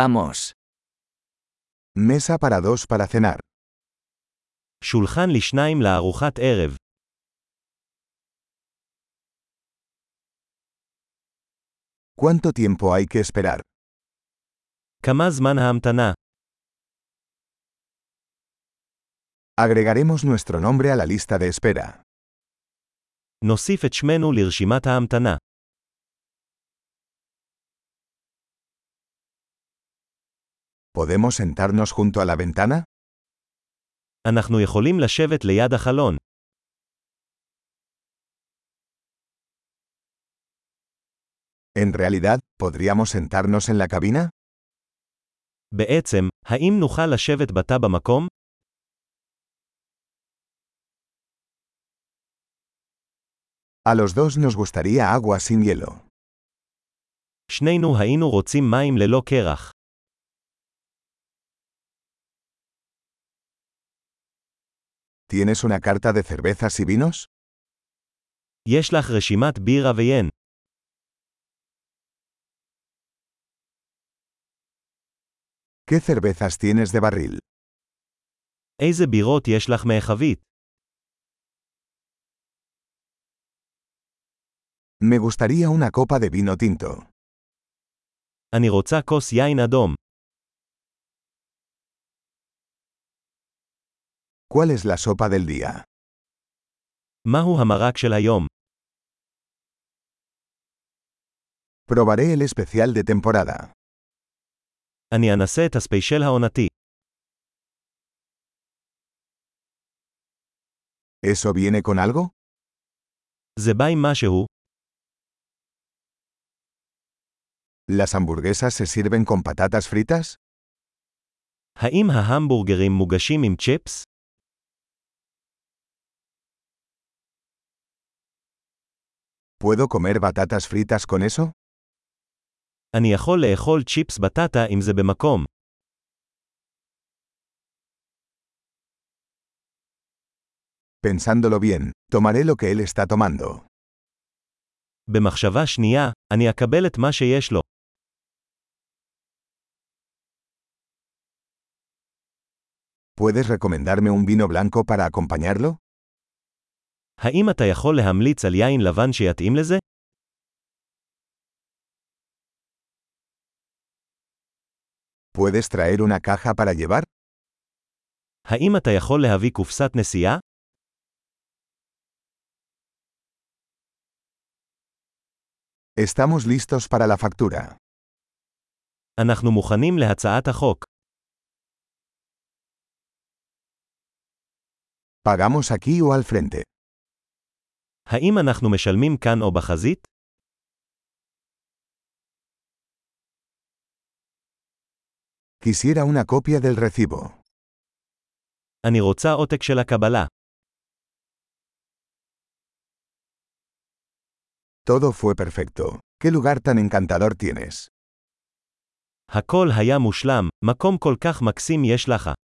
Vamos. Mesa para dos para cenar. שולחן לשניים לארוחת ערב. ¿Cuánto tiempo hay que esperar? כמה זמן ההמתנה? Agregaremos nuestro nombre a la lista de espera. נוסיף את שמנו לרשימת ההמתנה. ¿Podemos sentarnos junto a la ventana? אנחנו יכולים לשבת ליד החלון. En realidad, ¿podríamos sentarnos en la cabina? בעצם, האם נוכל לשבת בתא במקום? A los dos nos gustaría agua sin hielo. שנינו היינו רוצים מים ללא קרח. ¿Tienes una carta de cervezas y vinos? יש לך רשימת בירה ויין. ¿Qué cervezas tienes de barril? איזה בירות יש לך מהחבית? Me gustaría una copa de vino tinto. אני רוצה כוס יין אדום. ¿Cuál es la sopa del día? מהו המרק של היום? Probaré el especial de temporada. אני אנסה את הספיישל העונתי. ¿Eso viene con algo? זה בא עם משהו, ¿Las hamburguesas se sirven con patatas fritas? האם ההמבורגרים מוגשים עם צ'יפס? ¿Puedo comer batatas fritas con eso? אני יכול לאכול צ'יפס בטטה אם זה במקום. Pensándolo bien, tomaré lo que él está tomando. במחשבה שנייה, אני אקבל את מה שיש לו. ¿Puedes recomendarme un vino blanco para acompañarlo? האם אתה יכול להמליץ על יין לבן שיתאים לזה? ¿Puedes traer una caja para llevar? האם אתה יכול להביא קופסת נסיעה? Estamos listos para la factura. אנחנו מוכנים להצעת החוק. ¿Pagamos aquí o al frente? האם אנחנו משלמים כאן או בחזית? Quisiera una copia del recibo. אני רוצה עותק של הקבלה. Todo fue perfecto. ¿Qué lugar tan encantador tienes? הכל היה מושלם, מקום כל כך מקסים יש לך.